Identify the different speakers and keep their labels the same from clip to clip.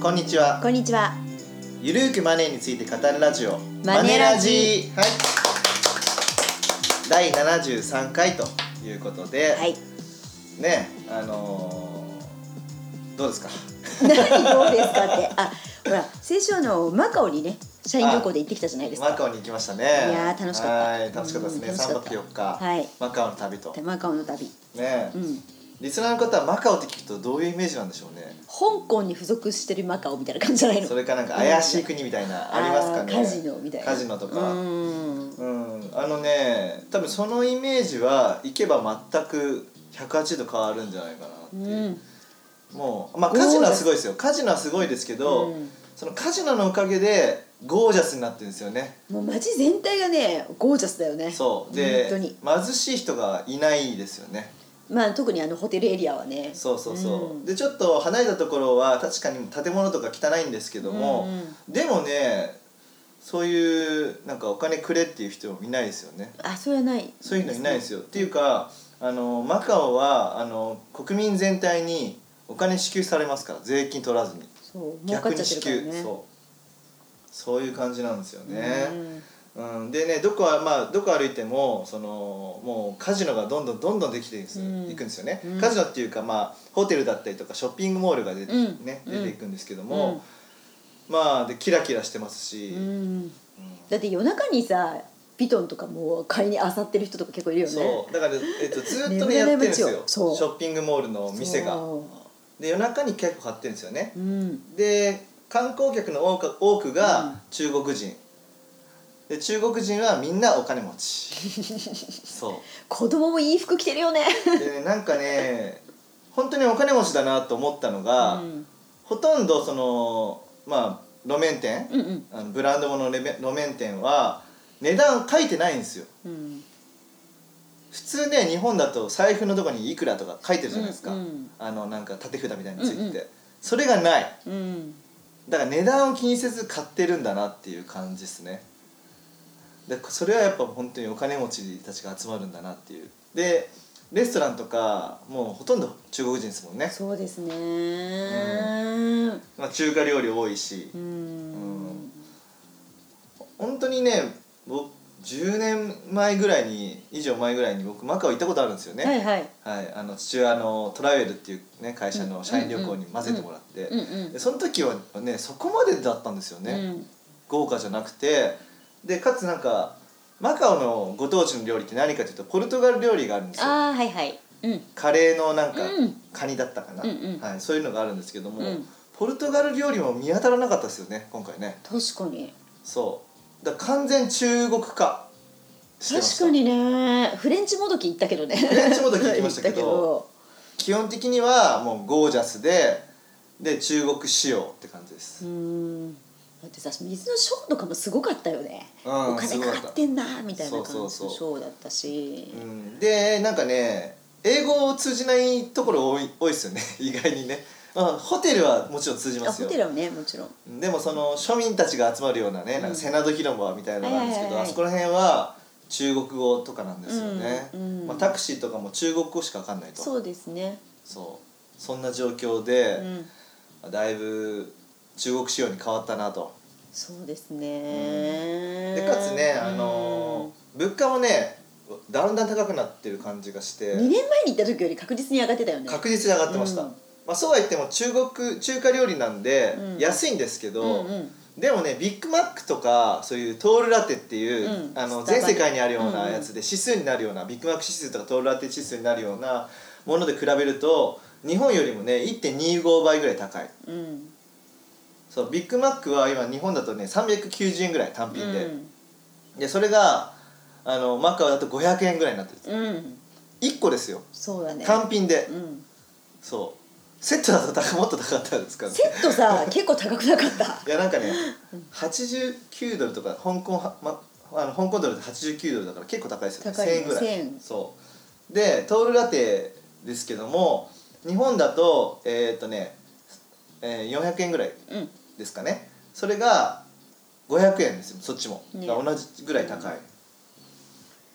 Speaker 1: こんにちは
Speaker 2: こんにちは。
Speaker 1: ゆるーくマネーについて語るラジオ
Speaker 2: マネ
Speaker 1: マネ
Speaker 2: ラジ
Speaker 1: ラジはい第73回ということで、
Speaker 2: はい。
Speaker 1: ねあのーどうですか
Speaker 2: 何どうですかって。あ、ほら先週あのマカオにね社員旅行で行ってきたじゃないです
Speaker 1: マ
Speaker 2: か。
Speaker 1: カオに行きましたね
Speaker 2: いやー楽しかった
Speaker 1: はい楽しかったですね、
Speaker 2: うん楽し
Speaker 1: 3
Speaker 2: かっ
Speaker 1: 泊
Speaker 2: た
Speaker 1: 4日、
Speaker 2: はい
Speaker 1: マカオの旅と
Speaker 2: でマカオの旅。
Speaker 1: ね、
Speaker 2: うん。
Speaker 1: リスナーの方はマカオって聞くとどういうイメージなんでしょうね
Speaker 2: 香港に付属してるマカオみたいな感じじゃないの。
Speaker 1: それかなんか怪しい国みたいなありますかね
Speaker 2: あーカジノみたいな。
Speaker 1: カジノとか
Speaker 2: うん。
Speaker 1: うんあのね多分そのイメージは行けば全く180度変わるんじゃないかなって
Speaker 2: う
Speaker 1: いう、
Speaker 2: ん。
Speaker 1: もうまあカジノはすごいですよカジノはすごいですけど、
Speaker 2: うん
Speaker 1: そのカジノのおかげでゴージャスになってるんですよね
Speaker 2: もう街全体がねゴージャスだよね。
Speaker 1: そう
Speaker 2: 本
Speaker 1: で
Speaker 2: 当に。
Speaker 1: 貧しい人がいないですよね
Speaker 2: まあ特にあのホテルエリアはね。
Speaker 1: そうそうそう、
Speaker 2: うん
Speaker 1: でちょっと離れたところは確かに建物とか汚いんですけども、
Speaker 2: うん
Speaker 1: でもねそういうなんかお金くれっていう人もいないですよね
Speaker 2: あそれはない。。
Speaker 1: そういうのいないですすよ。っていうかあのマカオはあの国民全体にお金支給されますから税金取らずに
Speaker 2: そう儲
Speaker 1: 逆
Speaker 2: かっち
Speaker 1: に
Speaker 2: ゃって
Speaker 1: 支
Speaker 2: るから
Speaker 1: 給、
Speaker 2: ね。
Speaker 1: そうそういう感じなんですよ
Speaker 2: う
Speaker 1: ね。
Speaker 2: ん
Speaker 1: うんでねどこはまあどこ歩いてもそのもうカジノがどんどんどんどんできていくんです,、
Speaker 2: うん
Speaker 1: よね、
Speaker 2: うん
Speaker 1: カジノっていうかまあホテルだったりとかショッピングモールが出て,、
Speaker 2: うん
Speaker 1: ね、
Speaker 2: うん
Speaker 1: 出ていくんですけども、まあでキラキラしてますし、
Speaker 2: うん。
Speaker 1: うん
Speaker 2: だって夜中にさピトンとかもう買いに漁ってる人とか結構いるよね
Speaker 1: そうだから、えっと、ずっとね
Speaker 2: 眠れ
Speaker 1: やって
Speaker 2: な
Speaker 1: る
Speaker 2: い
Speaker 1: んです
Speaker 2: 街
Speaker 1: よ
Speaker 2: を
Speaker 1: シ
Speaker 2: そう
Speaker 1: ョッピングモールの店が
Speaker 2: そ
Speaker 1: で夜中に結構買ってるんですよね
Speaker 2: ううん
Speaker 1: で観光客の多く多く
Speaker 2: う
Speaker 1: が
Speaker 2: ん
Speaker 1: 中国人、で中国人はみんなお金持 ちそ
Speaker 2: 子供もいい服着てるよね
Speaker 1: うでねなんかね本当にお金持ちだなと思ったのが、
Speaker 2: うん
Speaker 1: ほとんどそのまあ路面店、
Speaker 2: うんうん
Speaker 1: あのブランド物のレベ路面店は値段書いてないんですよ
Speaker 2: うん
Speaker 1: 普通ね日本だと財布のとこにいくらとか書いてるじゃないですか、
Speaker 2: うんうん
Speaker 1: あのなんか縦札みたいについてて、
Speaker 2: うんうん
Speaker 1: それがない
Speaker 2: うん
Speaker 1: だから値段を気にせず買ってるんだなっていう感じですねでそれはやっぱ本当にお金持ちたちが集まるんだなっていうでレストランとかもうほとんど中国人ですもんね、
Speaker 2: そうですね
Speaker 1: まあ、中華料理多いし
Speaker 2: うん、
Speaker 1: うん本当にね僕10年前ぐらいに以上前ぐらいに僕マカオ行ったことあるんですよね、
Speaker 2: はいはい
Speaker 1: はい、あの父親のトラウェルっていう、ね、会社の社員旅行に混ぜてもらって、
Speaker 2: うんうん
Speaker 1: でその時はねそこまでだったんですよね、
Speaker 2: うん
Speaker 1: 豪華じゃなくてでかつなんかマカオのご当地の料理って何かというとポルトガル料理があるんですよ
Speaker 2: ああはいはいうん
Speaker 1: カレーのなんか、
Speaker 2: うん
Speaker 1: カニだったかな、
Speaker 2: うんうん
Speaker 1: はい、そういうのがあるんですけども、
Speaker 2: うん
Speaker 1: ポルトガル料理も見当たらなかったですよね今回ね
Speaker 2: 確かに
Speaker 1: そうだから完全中国化してまし
Speaker 2: 確
Speaker 1: た
Speaker 2: かにねフレンチもどき行ったけどねフ
Speaker 1: レンチもどき行きましたけ ど基本的にはもうゴージャスでで中国仕様って感じです、
Speaker 2: うんだってさ水のショーとかもすごかったよね、
Speaker 1: うん
Speaker 2: お金かかってんなみたいな感じのシ
Speaker 1: そうそうそう
Speaker 2: ョーだったし
Speaker 1: うん、でなんかね英語を通じないところ多い多いですよね 意外にね、まあ、ホテルはもちろん通じま
Speaker 2: あ
Speaker 1: す
Speaker 2: ホ
Speaker 1: よ
Speaker 2: テルはねもちろん
Speaker 1: でもその庶民たちが集まるようなねなん
Speaker 2: う
Speaker 1: か
Speaker 2: ん
Speaker 1: セナド広場みたいなのがあるんですけ
Speaker 2: はい
Speaker 1: ど
Speaker 2: はい
Speaker 1: あ
Speaker 2: はい
Speaker 1: そこら辺は中国語とかなんですよね、
Speaker 2: うんうん
Speaker 1: まあ、タクシーとかも中国語しかわかんないと
Speaker 2: そうですね、
Speaker 1: そうそんな状況
Speaker 2: う
Speaker 1: で、
Speaker 2: ん、
Speaker 1: だいぶ中国仕様に変わったなと
Speaker 2: そうですね、
Speaker 1: でかつね、あのー物価もねだんだん高くなってる感じがして
Speaker 2: 2年前に行った時より確実に上がってたよね
Speaker 1: 確実に上がってました、
Speaker 2: うん
Speaker 1: まあ、そうは言っても中国中華料理なんで
Speaker 2: うん
Speaker 1: 安いんですけど、
Speaker 2: うんうん
Speaker 1: でもねビッグマックとかそういうトールラテっていう、
Speaker 2: うん
Speaker 1: あの
Speaker 2: スタバ
Speaker 1: 全
Speaker 2: の
Speaker 1: 世界にあるようなやつで指数になるようなビッグマック指数とかトールラテ指数になるようなもので比べると日本よりもね1.25倍ぐらい高い
Speaker 2: うん
Speaker 1: そうビッグマックは今日本だとね390円ぐらい単
Speaker 2: う
Speaker 1: 品で、
Speaker 2: ん
Speaker 1: でそれがあのマカオだと500円ぐらいになってる
Speaker 2: うん
Speaker 1: 1個ですよ
Speaker 2: そうだね
Speaker 1: 単品で、
Speaker 2: うん
Speaker 1: そうセットだと高もっと高かったんですからね
Speaker 2: セット さ結構高くなかった
Speaker 1: いやなんかね89ドルとか香港は、ま、あの香港ドルで89ドルだから結構高いですよね
Speaker 2: 高いね
Speaker 1: 1000円ぐらい
Speaker 2: 1000円
Speaker 1: そうでトールラテですけども日本だとえーっとね、えー400円ぐらい
Speaker 2: うん
Speaker 1: ですかねそれが500円ですよそっちも、
Speaker 2: ね
Speaker 1: だから同じぐらい高い、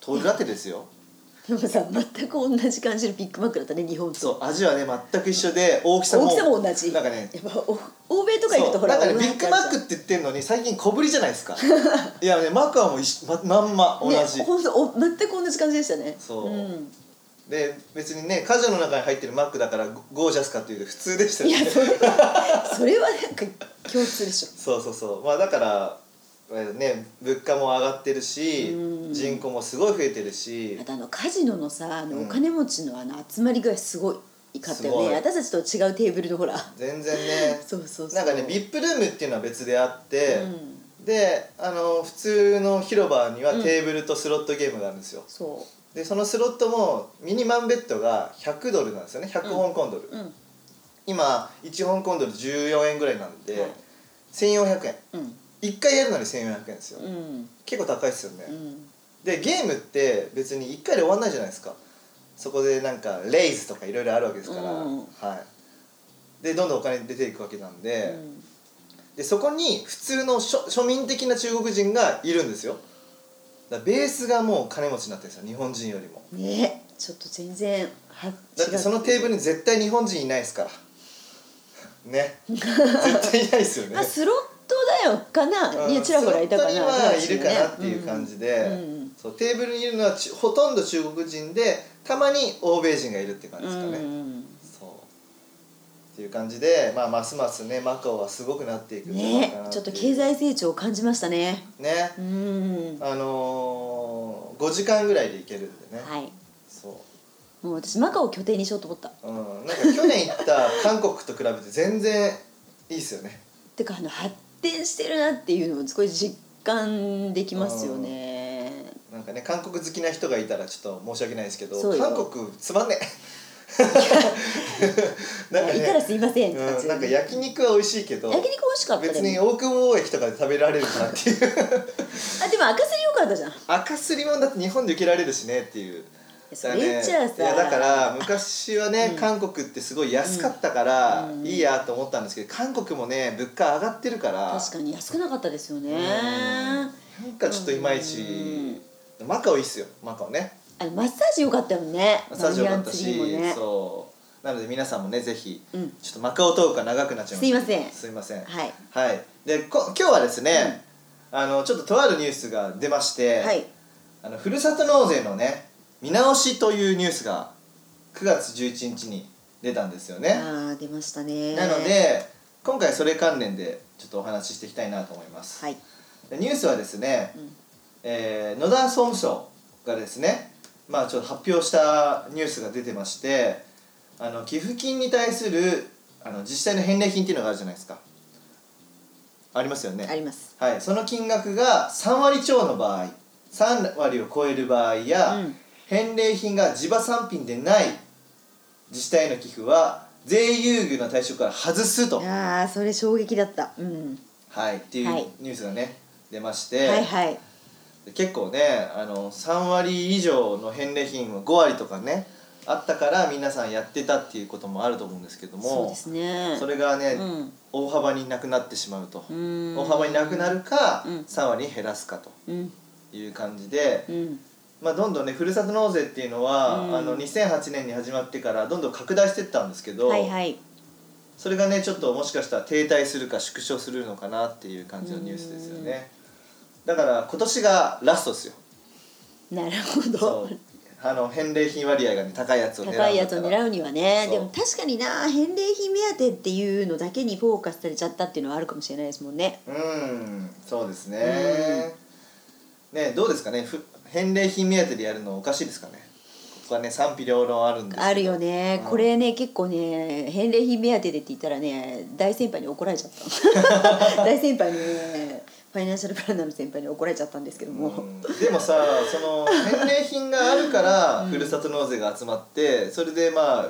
Speaker 1: トールラテですよ
Speaker 2: でもさ全く同じ感じのビッグマックだったね日本と
Speaker 1: そう味はね全く一緒で大きさも
Speaker 2: 大きさも同じ
Speaker 1: なんかね
Speaker 2: やっぱお欧米とか行く
Speaker 1: そ
Speaker 2: と
Speaker 1: う
Speaker 2: ほ
Speaker 1: なんか
Speaker 2: ら
Speaker 1: ね
Speaker 2: 同
Speaker 1: ビ
Speaker 2: じ
Speaker 1: ッグマックっ
Speaker 2: 感じ
Speaker 1: て言ってるのに最近小ぶりじゃないです かいやねマックはもう一緒ままんま同
Speaker 2: ね
Speaker 1: じ、
Speaker 2: ほんとお全く同じ感じでしたね
Speaker 1: そうんで別にね家女の中に入ってるマックだからゴゴージャスかというと普通でしたよ
Speaker 2: いや
Speaker 1: ね
Speaker 2: それ はそれはなんか共通でしょ
Speaker 1: そうそうそうまあだからえーね物価も上がってるし
Speaker 2: うん
Speaker 1: 人口もすごい増えてるし
Speaker 2: あとあのカジノのさあの
Speaker 1: うん
Speaker 2: お金持ちのあの集まり具合すごいかった
Speaker 1: す
Speaker 2: よ
Speaker 1: ごい
Speaker 2: ね私たちと違うテーブルのほら
Speaker 1: 全然ね
Speaker 2: そうそうそう
Speaker 1: なんかね VIP ルームっていうのは別であって、
Speaker 2: うん
Speaker 1: であの普通の広場にはテーブルとスロットゲームがあるんですよ、
Speaker 2: そ
Speaker 1: でそのスロットもミニマンベッドが100ドルなんですよね100香港ドル、
Speaker 2: ううん
Speaker 1: 今1香港ドル14円ぐらいなんで、
Speaker 2: はい
Speaker 1: 1400円
Speaker 2: うん
Speaker 1: 1回やるのに1400円ですよ、
Speaker 2: うん
Speaker 1: 結構高いですよね、
Speaker 2: うん
Speaker 1: でゲームって別に1回で終わんないじゃないですかそこでなんかレイズとかいろいろあるわけですから、
Speaker 2: うん
Speaker 1: はいでどんどんお金出ていくわけなん
Speaker 2: う
Speaker 1: で、
Speaker 2: ん
Speaker 1: でそこに普通の庶庶民的な中国人がいるんですよだからベースがもう金持ちになってるんですよ日本人よりも
Speaker 2: ねちょっと全然は違
Speaker 1: だってそのテーブルに絶対日本人いないですから ね 絶対いないですよね
Speaker 2: まあスロットだよかな、いやちらほらいたかな
Speaker 1: そこにはいるかなっていう感じで、
Speaker 2: うんうん
Speaker 1: そうテーブルにいるのはちほとんど中国人でたまに欧米人がいるって感
Speaker 2: う
Speaker 1: じですか
Speaker 2: ん
Speaker 1: ね、
Speaker 2: うん
Speaker 1: そうっていう感じで、まあ、ますますねマカオはすごくなっていくんじゃない
Speaker 2: ね
Speaker 1: かなていう
Speaker 2: ちょっと経済成長を感じましたね
Speaker 1: ね
Speaker 2: うんは
Speaker 1: あのー、5時間ぐらいで行けるんでね、
Speaker 2: い
Speaker 1: そ
Speaker 2: もう私マカオを拠点にしようと思った
Speaker 1: う、うん、なんか去年行った韓国と比べて全然いいっすよね
Speaker 2: てかあの発展してるなっていうのをすごい実感できますよね
Speaker 1: なんかね韓国好きな人がいたらちょっと申し訳ないですけど
Speaker 2: そうよ
Speaker 1: 韓国つまんね えなんか
Speaker 2: いやいたら
Speaker 1: ね
Speaker 2: すいませんって感
Speaker 1: う
Speaker 2: じ
Speaker 1: ん、なんか焼肉は美味しいけど
Speaker 2: 焼肉美味しかった
Speaker 1: 別
Speaker 2: で
Speaker 1: に
Speaker 2: も
Speaker 1: 大久保駅とかで食べられるかなっていう
Speaker 2: あでも赤すりよかったじゃん
Speaker 1: 赤すりもんだって日本で受けられるしねっていう
Speaker 2: それじゃあさ
Speaker 1: いやだから昔はね、韓国ってすごい安かったから
Speaker 2: うん
Speaker 1: いいやと思ったんですけど韓国もね物価上がってるから
Speaker 2: 確かに安くなかったですよね
Speaker 1: うんなんかちょっといまいちマカオいいっすよマカオね
Speaker 2: あのマッサージよかったよね
Speaker 1: マッサージ良かった
Speaker 2: バ
Speaker 1: し、
Speaker 2: ミヤンツリーもね
Speaker 1: そうなので皆さんもねぜひ、
Speaker 2: うん
Speaker 1: ちょっとマカオトークが長くなっちゃいます
Speaker 2: いません
Speaker 1: すいません
Speaker 2: はい
Speaker 1: はいでこ今日はですね、あのちょっととあるニュースが出まして、
Speaker 2: はい
Speaker 1: あのふるさと納税のね見直しというニュースが9月11日に出たんですよね、
Speaker 2: ああ出ましたね
Speaker 1: なので今回それ関連でちょっとお話ししていきたいなと思います、
Speaker 2: はい
Speaker 1: でニュースはですね、
Speaker 2: ん
Speaker 1: えー野田総務省がですね、まあ、ちょっと発表したニュースが出てましてあの寄付金に対するあの自治体の返礼品っていうのがあるじゃないですかありますよね
Speaker 2: あります
Speaker 1: はい、その金額が3割超の場合3割を超える場合や、
Speaker 2: うん
Speaker 1: 返礼品が地場産品でない自治体への寄付は税優遇の対象から外すと、
Speaker 2: ああそれ衝撃だったうん
Speaker 1: はい、ってい
Speaker 2: はいう
Speaker 1: ニュースがね、出まして、
Speaker 2: はいはい
Speaker 1: 結構ねあの3割以上の返礼品は5割とかねあったから皆さんやってたっていうこともあると思うんですけども
Speaker 2: そうですね
Speaker 1: それがね、
Speaker 2: うん
Speaker 1: 大幅になくなってしまうと、
Speaker 2: うん
Speaker 1: 大幅になくなるか、
Speaker 2: うん
Speaker 1: 3割減らすかと
Speaker 2: うん
Speaker 1: いう感じで、
Speaker 2: うん
Speaker 1: まあ、どんどんねふるさと納税っていうのは、
Speaker 2: うん
Speaker 1: あの2008年に始まってからどんどん拡大してったんですけど、
Speaker 2: はいはい
Speaker 1: それがねちょっともしかしたら停滞するか縮小するのかなっていう感じのニュースですよね、だから今年がラストですよ
Speaker 2: なるほ
Speaker 1: そ
Speaker 2: ど
Speaker 1: うあの返礼品割合がね高いやつを狙うんだったら
Speaker 2: 高いやつを狙うにはね
Speaker 1: そう
Speaker 2: でも確かにな返礼品目当てっていうのだけにフォーカスされちゃったっていうのはあるかもしれないですもんね
Speaker 1: うんそうですね、ねどうですかねふ返礼品目当てでやるのおかしいですかねここはね賛否両論あるんですけど
Speaker 2: あるよね
Speaker 1: うん
Speaker 2: これね結構ね返礼品目当てでって言ったらね大先輩に怒られちゃっ た大先輩にねファイナンシャルプランナーの先輩に怒られちゃったんですけども、
Speaker 1: うんでもさその返礼品があるからふるさと納税が集まって、それでまあ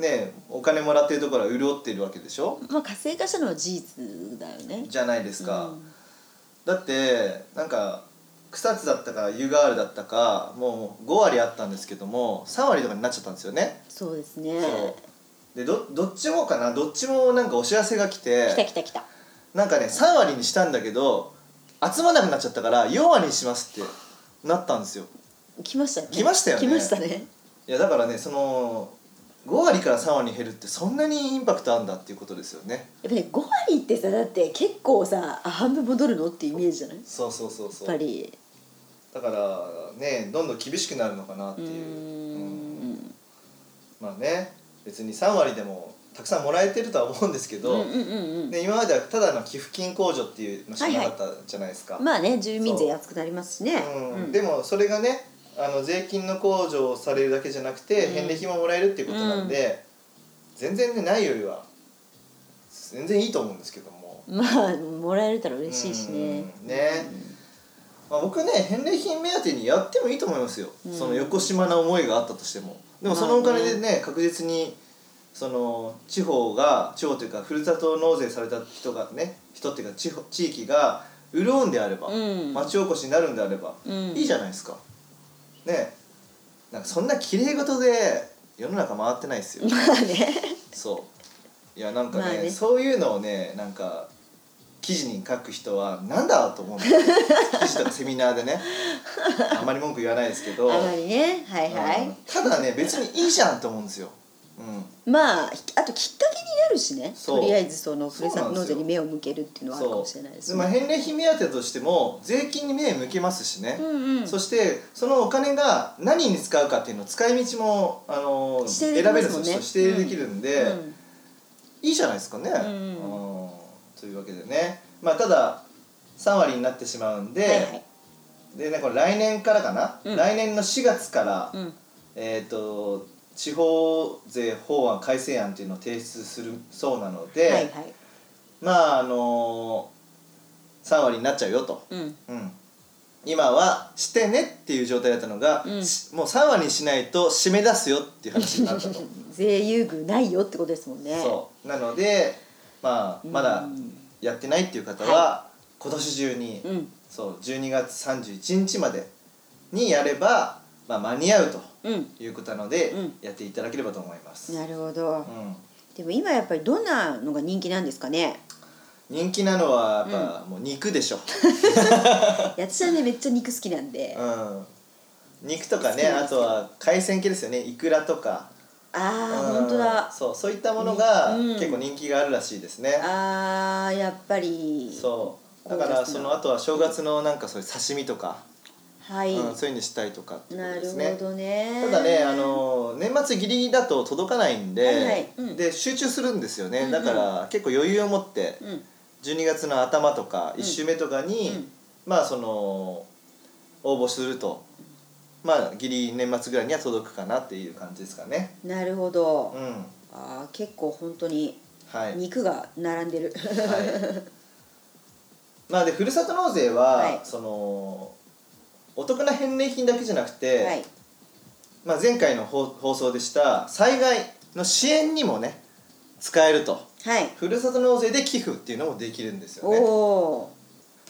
Speaker 1: ねお金もらってるところは潤ってるわけでしょ
Speaker 2: まあ活性化したのは事実だよね
Speaker 1: じゃないですか、
Speaker 2: うん
Speaker 1: だってなんか草津だったか湯河原だったかもう5割あったんですけども3割とかになっちゃったんですよね、
Speaker 2: そうですね
Speaker 1: そうでどどっちもかなどっちもなんかお知らせが来て
Speaker 2: 来た来た来た
Speaker 1: なんかね3割にしたんだけど集まらなくなっちゃったから4割にしますってなったんですよ
Speaker 2: 来ましたね
Speaker 1: 来ましたよね
Speaker 2: 来ましたね
Speaker 1: いやだからねその5割から3割に減るってそんなにインパクトあんだっていうことですよね
Speaker 2: やっぱり5割ってさだって結構さあ半分戻るのってイメージじゃないやっ
Speaker 1: そうそうそうそ
Speaker 2: ぱ
Speaker 1: う
Speaker 2: り
Speaker 1: だからねどんどん厳しくなるのかなっ
Speaker 2: う
Speaker 1: て
Speaker 2: ー
Speaker 1: い
Speaker 2: ん
Speaker 1: うまあね別に3割でもたくさんもらえてるとは思うんですけ
Speaker 2: う
Speaker 1: ど、
Speaker 2: んうんうん
Speaker 1: ね、今まではただの寄付金控除っていうのしかなかったじゃないですか、
Speaker 2: うんまあね住民税安くなりますしね
Speaker 1: うん
Speaker 2: うん
Speaker 1: でもそれがねあの税金の控除をされるだけじゃなくて、
Speaker 2: うん
Speaker 1: 返礼品ももらえるっていうことなんで、全然ねないよりは全然いいと思うんですけども、
Speaker 2: まあもらえるたら嬉しいしね
Speaker 1: うんねまあ、僕ね返礼品目当てにやってもいいと思いますよ、
Speaker 2: うん
Speaker 1: その横島な思いがあったとしてもでもそのお金でね,、確実にその地方が地方というかふるさと納税された人がね人っていうか地方地域が潤うんであれば、
Speaker 2: うん
Speaker 1: 町おこしになるんであれば、
Speaker 2: うん
Speaker 1: いいじゃないですかねなんかそんな綺麗事で世の中回ってないですよ
Speaker 2: まあね
Speaker 1: そういやなんかね,、
Speaker 2: まあね
Speaker 1: そういうのをねなんか記事に書く人はなんだと 思うんですよ記事とかセミナーでねあんまり文句言わないですけど
Speaker 2: あまりねはいは
Speaker 1: うんただね別にいいじゃんと思うんですよ、うん、
Speaker 2: いまああときっかけになるしね
Speaker 1: そう
Speaker 2: とりあえずそのふ
Speaker 1: そう
Speaker 2: る
Speaker 1: なんです
Speaker 2: さ
Speaker 1: よ
Speaker 2: と納税に目を向けるっていうのはあるかもしれないです
Speaker 1: でまあ
Speaker 2: ね
Speaker 1: 返礼品目当てとしても税金に目向けますしね、
Speaker 2: うんうん
Speaker 1: そしてそのお金が何に使うかっていうのを使い道も、あの
Speaker 2: 指
Speaker 1: 選
Speaker 2: 定でき
Speaker 1: べ
Speaker 2: ま
Speaker 1: る
Speaker 2: すも
Speaker 1: と
Speaker 2: んね
Speaker 1: 指定できるんで、
Speaker 2: うん
Speaker 1: いいじゃないですかね、
Speaker 2: ん
Speaker 1: うんというわけでね、まあ、ただ3割になってしまうんで、
Speaker 2: はいはい
Speaker 1: でねこれ来年からかな、
Speaker 2: うん
Speaker 1: 来年の4月から、
Speaker 2: うん
Speaker 1: えっ、と地方税法案改正案っていうのを提出するそうなので、
Speaker 2: はいはい
Speaker 1: まああの3割になっちゃうよと。
Speaker 2: うん
Speaker 1: うん、今はしてねっていう状態だったのが、
Speaker 2: うん
Speaker 1: しもう3割にしないと締め出すよっていう話になった と、
Speaker 2: 税優遇ないよってことですもんね
Speaker 1: そうなのでまあまだ
Speaker 2: うん
Speaker 1: やってないっていう方は、今年中に、
Speaker 2: うん
Speaker 1: そう12月31日までにやれば、まあ、間に合うと
Speaker 2: うん
Speaker 1: いうことなので、
Speaker 2: うん
Speaker 1: やっていただければと思います、
Speaker 2: なるほど
Speaker 1: うん、
Speaker 2: でも今やっぱりどんなのが人気なんですかね
Speaker 1: 人気なのはやっぱ、もう肉でし ょ、
Speaker 2: いや私はねめっちゃ肉好きなんで
Speaker 1: うん、肉とか
Speaker 2: 好き
Speaker 1: ね
Speaker 2: なん
Speaker 1: あ
Speaker 2: ですけ
Speaker 1: と
Speaker 2: ど
Speaker 1: は海鮮系ですよねイクラとか
Speaker 2: あ
Speaker 1: う
Speaker 2: あ
Speaker 1: ん
Speaker 2: 本当だ
Speaker 1: そうそういったものが
Speaker 2: うん
Speaker 1: 結構人気があるらしいですね、
Speaker 2: あーやっぱり
Speaker 1: そうだ
Speaker 2: ゴー
Speaker 1: か
Speaker 2: ジャスな
Speaker 1: らその後は正月のなんかそういう刺身とか、
Speaker 2: はい、
Speaker 1: うん、そういうのにしたいとかっていうこと
Speaker 2: な
Speaker 1: で
Speaker 2: る
Speaker 1: すね
Speaker 2: ほどね
Speaker 1: ただねあの年末ギリギリだと届かないんで、
Speaker 2: はいはいうん
Speaker 1: で集中するんですよね、
Speaker 2: うんうん
Speaker 1: だから結構余裕を持って
Speaker 2: うん
Speaker 1: 12月の頭とか
Speaker 2: ん
Speaker 1: 1週目とかに、
Speaker 2: うん
Speaker 1: まあその応募するとまあギリ年末ぐらいには届くかなっていう感じですかね
Speaker 2: なるほど、
Speaker 1: うん
Speaker 2: あー結構本当に
Speaker 1: はい
Speaker 2: 肉が並んでる、
Speaker 1: はい、まあでふるさと納税は、
Speaker 2: はい
Speaker 1: そのお得な返礼品だけじゃなくて、
Speaker 2: はい
Speaker 1: まあ、前回の放放送でした災害の支援にもね使えると
Speaker 2: はい
Speaker 1: ふるさと納税で寄付っていうのもできるんですよ
Speaker 2: お
Speaker 1: ね
Speaker 2: お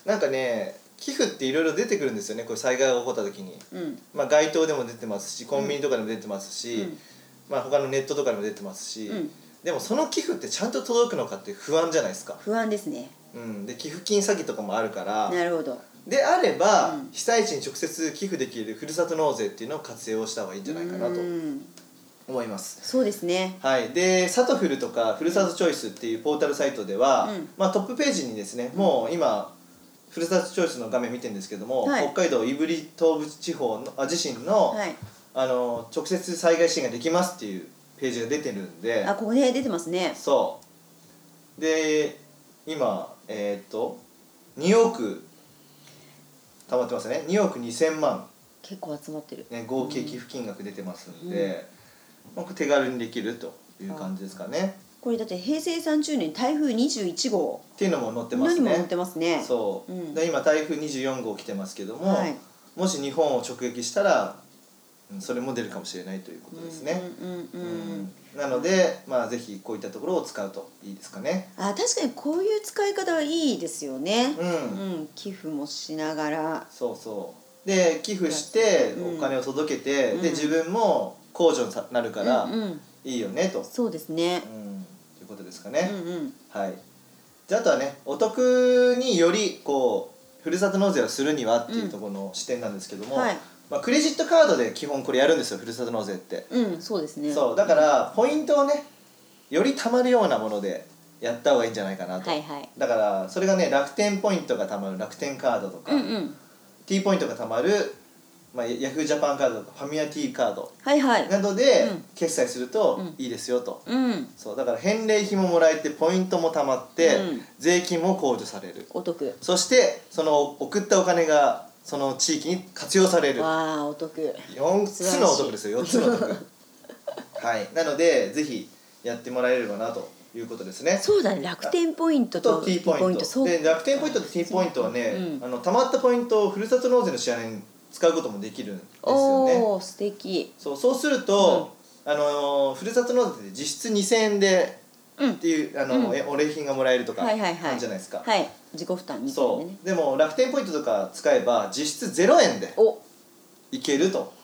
Speaker 1: なんかね寄付っていろいろ出てくるんですよねこういう災害が起こった時に、
Speaker 2: ーうん
Speaker 1: まあ、街頭でも出てますしコンビニとかでも出てますし、
Speaker 2: うん
Speaker 1: まあ、他のネットとかでも出てますし、
Speaker 2: うん
Speaker 1: でもその寄付ってちゃんと届くのかって不安じゃないですか、
Speaker 2: 不安ですね
Speaker 1: うん、で寄付金詐欺とかもあるから
Speaker 2: なるほど
Speaker 1: であれば、
Speaker 2: うん
Speaker 1: 被災地に直接寄付できるふるさと納税っていうのを活用した方がいいんじゃないかなと
Speaker 2: うん
Speaker 1: 思います。
Speaker 2: そうですね
Speaker 1: はい、でサトフルとかふるさとチョイスっていうポータルサイトでは、
Speaker 2: うん
Speaker 1: まあ、トップページにですね、もう今ふるさとチョイスの画面見てるんですけども、
Speaker 2: はい
Speaker 1: 北海道胆振東部地方のあ自身の,、
Speaker 2: はい
Speaker 1: あの直接災害支援ができますっていうページが出てるんで
Speaker 2: あここね出てますね
Speaker 1: そうで今えーっと2億たまってますね2億2000万、
Speaker 2: 結構集まってる
Speaker 1: ね、合計寄付金額出てますんで、まあ、手軽にできるという感じですかね。
Speaker 2: これだって平成30年台風21号
Speaker 1: っていうのも載ってます
Speaker 2: 何も載っ
Speaker 1: ね
Speaker 2: てますね
Speaker 1: そう、
Speaker 2: うん
Speaker 1: で今台風24号来てますけども、
Speaker 2: はい
Speaker 1: もし日本を直撃したらうんそれも出るかもしれないということですね、
Speaker 2: うんうんうん、うん
Speaker 1: うんなので、まあ、ぜひこういったところを使うといいですかね
Speaker 2: あ確かにこういう使い方はいいですよね
Speaker 1: うん、
Speaker 2: うん寄付もしながら
Speaker 1: そうそうで寄付して
Speaker 2: うん
Speaker 1: お金を届けて、
Speaker 2: うん
Speaker 1: で自分も控除になるから
Speaker 2: うんうん、
Speaker 1: いいよねと、うん
Speaker 2: そうですね
Speaker 1: ということですか
Speaker 2: う
Speaker 1: ね、
Speaker 2: んうん
Speaker 1: はいじゃああとはねお得によりこうふるさと納税をするにはっていうところの視点なんですけども、
Speaker 2: はい
Speaker 1: まあ、クレジットカードで基本これやるんですよふるさと納税って、
Speaker 2: うんそうですね
Speaker 1: そうだからポイントをねより貯まるようなものでやった方がいいんじゃないかなと、
Speaker 2: はいはい
Speaker 1: だからそれがね楽天ポイントが貯まる楽天カードとか、
Speaker 2: うんうん
Speaker 1: T ポイントが貯まる、まあ、ヤフージャパンカードとかファミマ T カード
Speaker 2: はいはい
Speaker 1: などで
Speaker 2: うん
Speaker 1: 決済すると
Speaker 2: うん
Speaker 1: いいですよと、
Speaker 2: うん
Speaker 1: そうだから返礼品ももらえてポイントも貯まって、
Speaker 2: うん
Speaker 1: 税金も控除される
Speaker 2: お得
Speaker 1: そしてその送ったお金がその地域に活用される
Speaker 2: わあお得
Speaker 1: 4
Speaker 2: 素晴らし
Speaker 1: つ
Speaker 2: い
Speaker 1: のお得ですよ4つのお得はいなのでぜひやってもらえればなということですね
Speaker 2: そうだね楽天ポイント
Speaker 1: と
Speaker 2: と
Speaker 1: T ポイント
Speaker 2: そう
Speaker 1: で楽天ポイントと T ポイントはね、
Speaker 2: うん
Speaker 1: あのたまったポイントをふるさと納税の支払いに使うこともできるんですよね
Speaker 2: おおー素敵
Speaker 1: そうそうすると、あのーふるさと納税で実質2000円で
Speaker 2: うん
Speaker 1: っていうあの、
Speaker 2: うん
Speaker 1: えお礼品がもらえるとか
Speaker 2: は
Speaker 1: あ
Speaker 2: いはいはい
Speaker 1: るじゃないですか、
Speaker 2: はい自己負担みたいな
Speaker 1: そ
Speaker 2: ね
Speaker 1: うでも楽天ポイントとか使えば実質0円で
Speaker 2: お
Speaker 1: いけると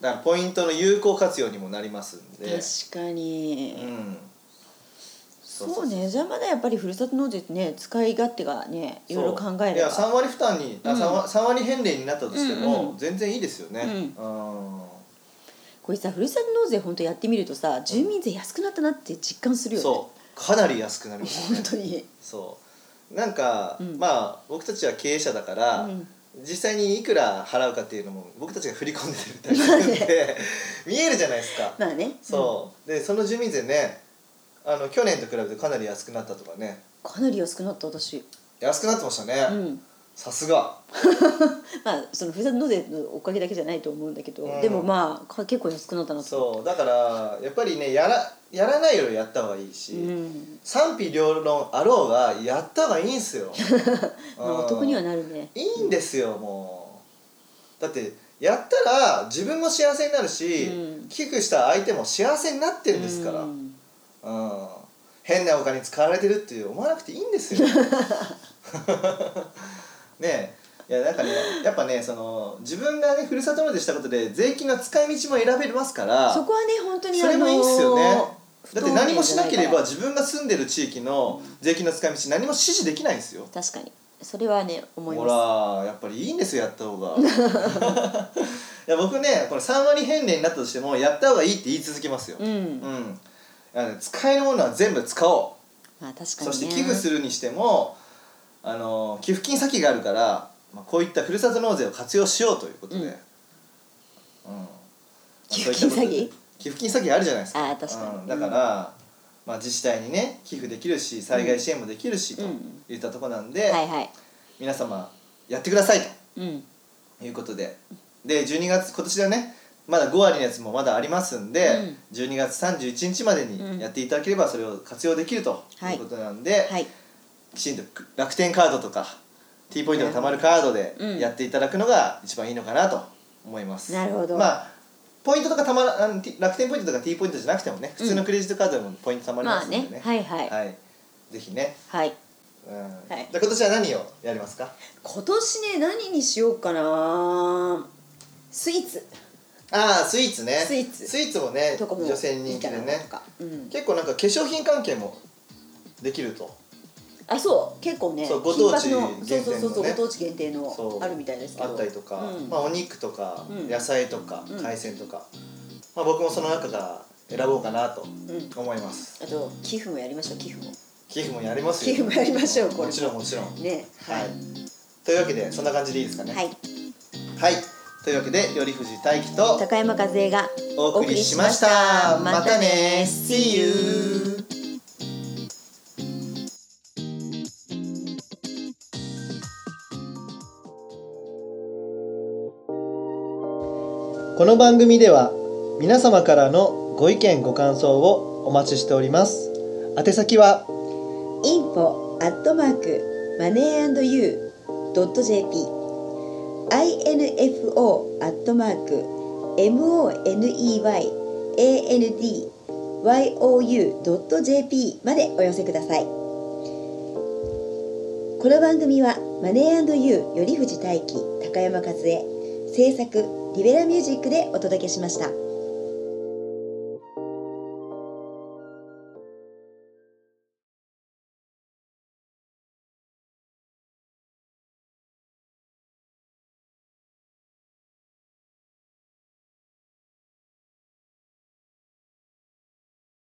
Speaker 1: だからポイントの有効活用にもなりますんで
Speaker 2: 確かに、
Speaker 1: うん
Speaker 2: そう
Speaker 1: そうそう
Speaker 2: ねじゃあまだやっぱりふるさと納税ってね使い勝手がねいろいろ考え
Speaker 1: い
Speaker 2: れ
Speaker 1: や
Speaker 2: ば
Speaker 1: 3割負担に、あ
Speaker 2: うん
Speaker 1: 3, 割3割返礼になったとしても、
Speaker 2: うんうん
Speaker 1: 全然いいですよね
Speaker 2: うん
Speaker 1: うん
Speaker 2: これさふるさと納税本当やってみるとさ住民税安くなったなって実感するよね
Speaker 1: そうかなり安くなりましたね
Speaker 2: 本当に
Speaker 1: そうなんか、
Speaker 2: うん
Speaker 1: まあ僕たちは経営者だから、
Speaker 2: うん
Speaker 1: 実際にいくら払うかっていうのも僕たちが振り込んでるみたいなんで見えるじゃないですか、
Speaker 2: まあね
Speaker 1: そうでその住民税ねあの去年と比べてかなり安くなったとかね
Speaker 2: うんかなり安くなった私
Speaker 1: 安くなってました
Speaker 2: う
Speaker 1: ね
Speaker 2: ん
Speaker 1: さすが
Speaker 2: まあそのふるさと納税のおかげだけじゃないと思うんだけど、
Speaker 1: うん
Speaker 2: でもまあか結構安くなったなと
Speaker 1: そうだからやっぱりねやらやらないよりやった方がいいし、
Speaker 2: うん
Speaker 1: 賛否両論あろうがやった方がいいんすよ
Speaker 2: まあ、お得にはなるね
Speaker 1: いいんですよもうだってやったら自分も幸せになるし、
Speaker 2: うん
Speaker 1: 寄付した相手も幸せになってるんですから、
Speaker 2: う
Speaker 1: うん
Speaker 2: ん
Speaker 1: 変なお金使われてるって思わなくていいんですよ ねえいやなんかねやっぱねその自分がねふるさと納税したことで税金の使い道も選べますから
Speaker 2: そこはね本当に
Speaker 1: それもいいっすよね
Speaker 2: あの
Speaker 1: だって何もしなければ
Speaker 2: 不透明じゃいか
Speaker 1: 自分が住んでる地域の税金の使い道何も指示できないんですよ
Speaker 2: ら確かにそれはね思い
Speaker 1: ほ
Speaker 2: ま
Speaker 1: ら
Speaker 2: す
Speaker 1: やっぱりいいんですよやった方が いや僕ねこれ3割返礼になったとしてもやった方がいいって言い続けますよ
Speaker 2: う、ん、
Speaker 1: うんあの使えるものは全部使お
Speaker 2: まあ確かに、ね、
Speaker 1: う、そして寄付するにしてもあの寄付金先があるから、まあ、こういったふるさと納税を活用しようということで、
Speaker 2: う
Speaker 1: う
Speaker 2: ん
Speaker 1: んまあ
Speaker 2: 寄付金
Speaker 1: そういったことで
Speaker 2: 詐欺
Speaker 1: 寄付金詐欺あるじゃないですか
Speaker 2: あー確かに
Speaker 1: うんだから、まあ、自治体にね寄付できるし災害支援もできるし、
Speaker 2: うん
Speaker 1: といったところなんで、
Speaker 2: はいはい
Speaker 1: 皆様やってください
Speaker 2: うん
Speaker 1: ということでで12月今年だねまだ5割のやつもまだありますんで、
Speaker 2: うん
Speaker 1: 12月31日まで
Speaker 2: うん
Speaker 1: にやっていただければそれを活用できると
Speaker 2: はいいう
Speaker 1: ことなんで、
Speaker 2: はい
Speaker 1: きちんと楽天カードとか T ポイントがたまるカードで
Speaker 2: うん
Speaker 1: やっていただくのが一番いいのかなと思います。
Speaker 2: なるほど
Speaker 1: まあポイントとかたまらあの T- 楽天ポイントとか T ポイントじゃなくてもね普通のクレジットカードでもポイントたまりま
Speaker 2: ますあ
Speaker 1: んでね,、
Speaker 2: ねはいはいは
Speaker 1: は
Speaker 2: い、
Speaker 1: い、ぜひね、うんじゃあ今年は何をやりますか
Speaker 2: 今年ね何にしようかなスイーツ
Speaker 1: ああスイーツね
Speaker 2: スイーツ
Speaker 1: スイーツもね
Speaker 2: とかも
Speaker 1: 女性に人気で
Speaker 2: いいかな
Speaker 1: ね
Speaker 2: とか、うん、
Speaker 1: 結構なんか化粧品関係もできると
Speaker 2: あそう結構ね
Speaker 1: そうご当地
Speaker 2: 金箔
Speaker 1: 限定のね
Speaker 2: そうそうそうそうご当地限定
Speaker 1: そ
Speaker 2: の
Speaker 1: う
Speaker 2: あるみたいですけど
Speaker 1: あったりとか、
Speaker 2: うん
Speaker 1: まあ、お肉とか
Speaker 2: うん
Speaker 1: 野菜とか
Speaker 2: うん
Speaker 1: 海鮮とか、まあ、僕もその中から選ぼうかなと
Speaker 2: うん
Speaker 1: 思います、
Speaker 2: あと寄付もやりましょう寄付も
Speaker 1: 寄付もやりますよ
Speaker 2: 寄付もやりましょうこれも
Speaker 1: もちろんもちろんはい、
Speaker 2: ねはい
Speaker 1: というわけでそんな感じでいいですかね
Speaker 2: はい、
Speaker 1: はいというわけで頼藤大樹と
Speaker 2: 高山和恵が
Speaker 1: お送りしましたまたね See youこの番組では皆様からのご意見ご感想をお待ちしております宛先は
Speaker 2: info アットマークマネーアンドユードット JP info アットマーク moneyandyou.jp までお寄せくださいこの番組はマネーユー頼藤大輝高山和恵制作リベラミュージックでお届けしました。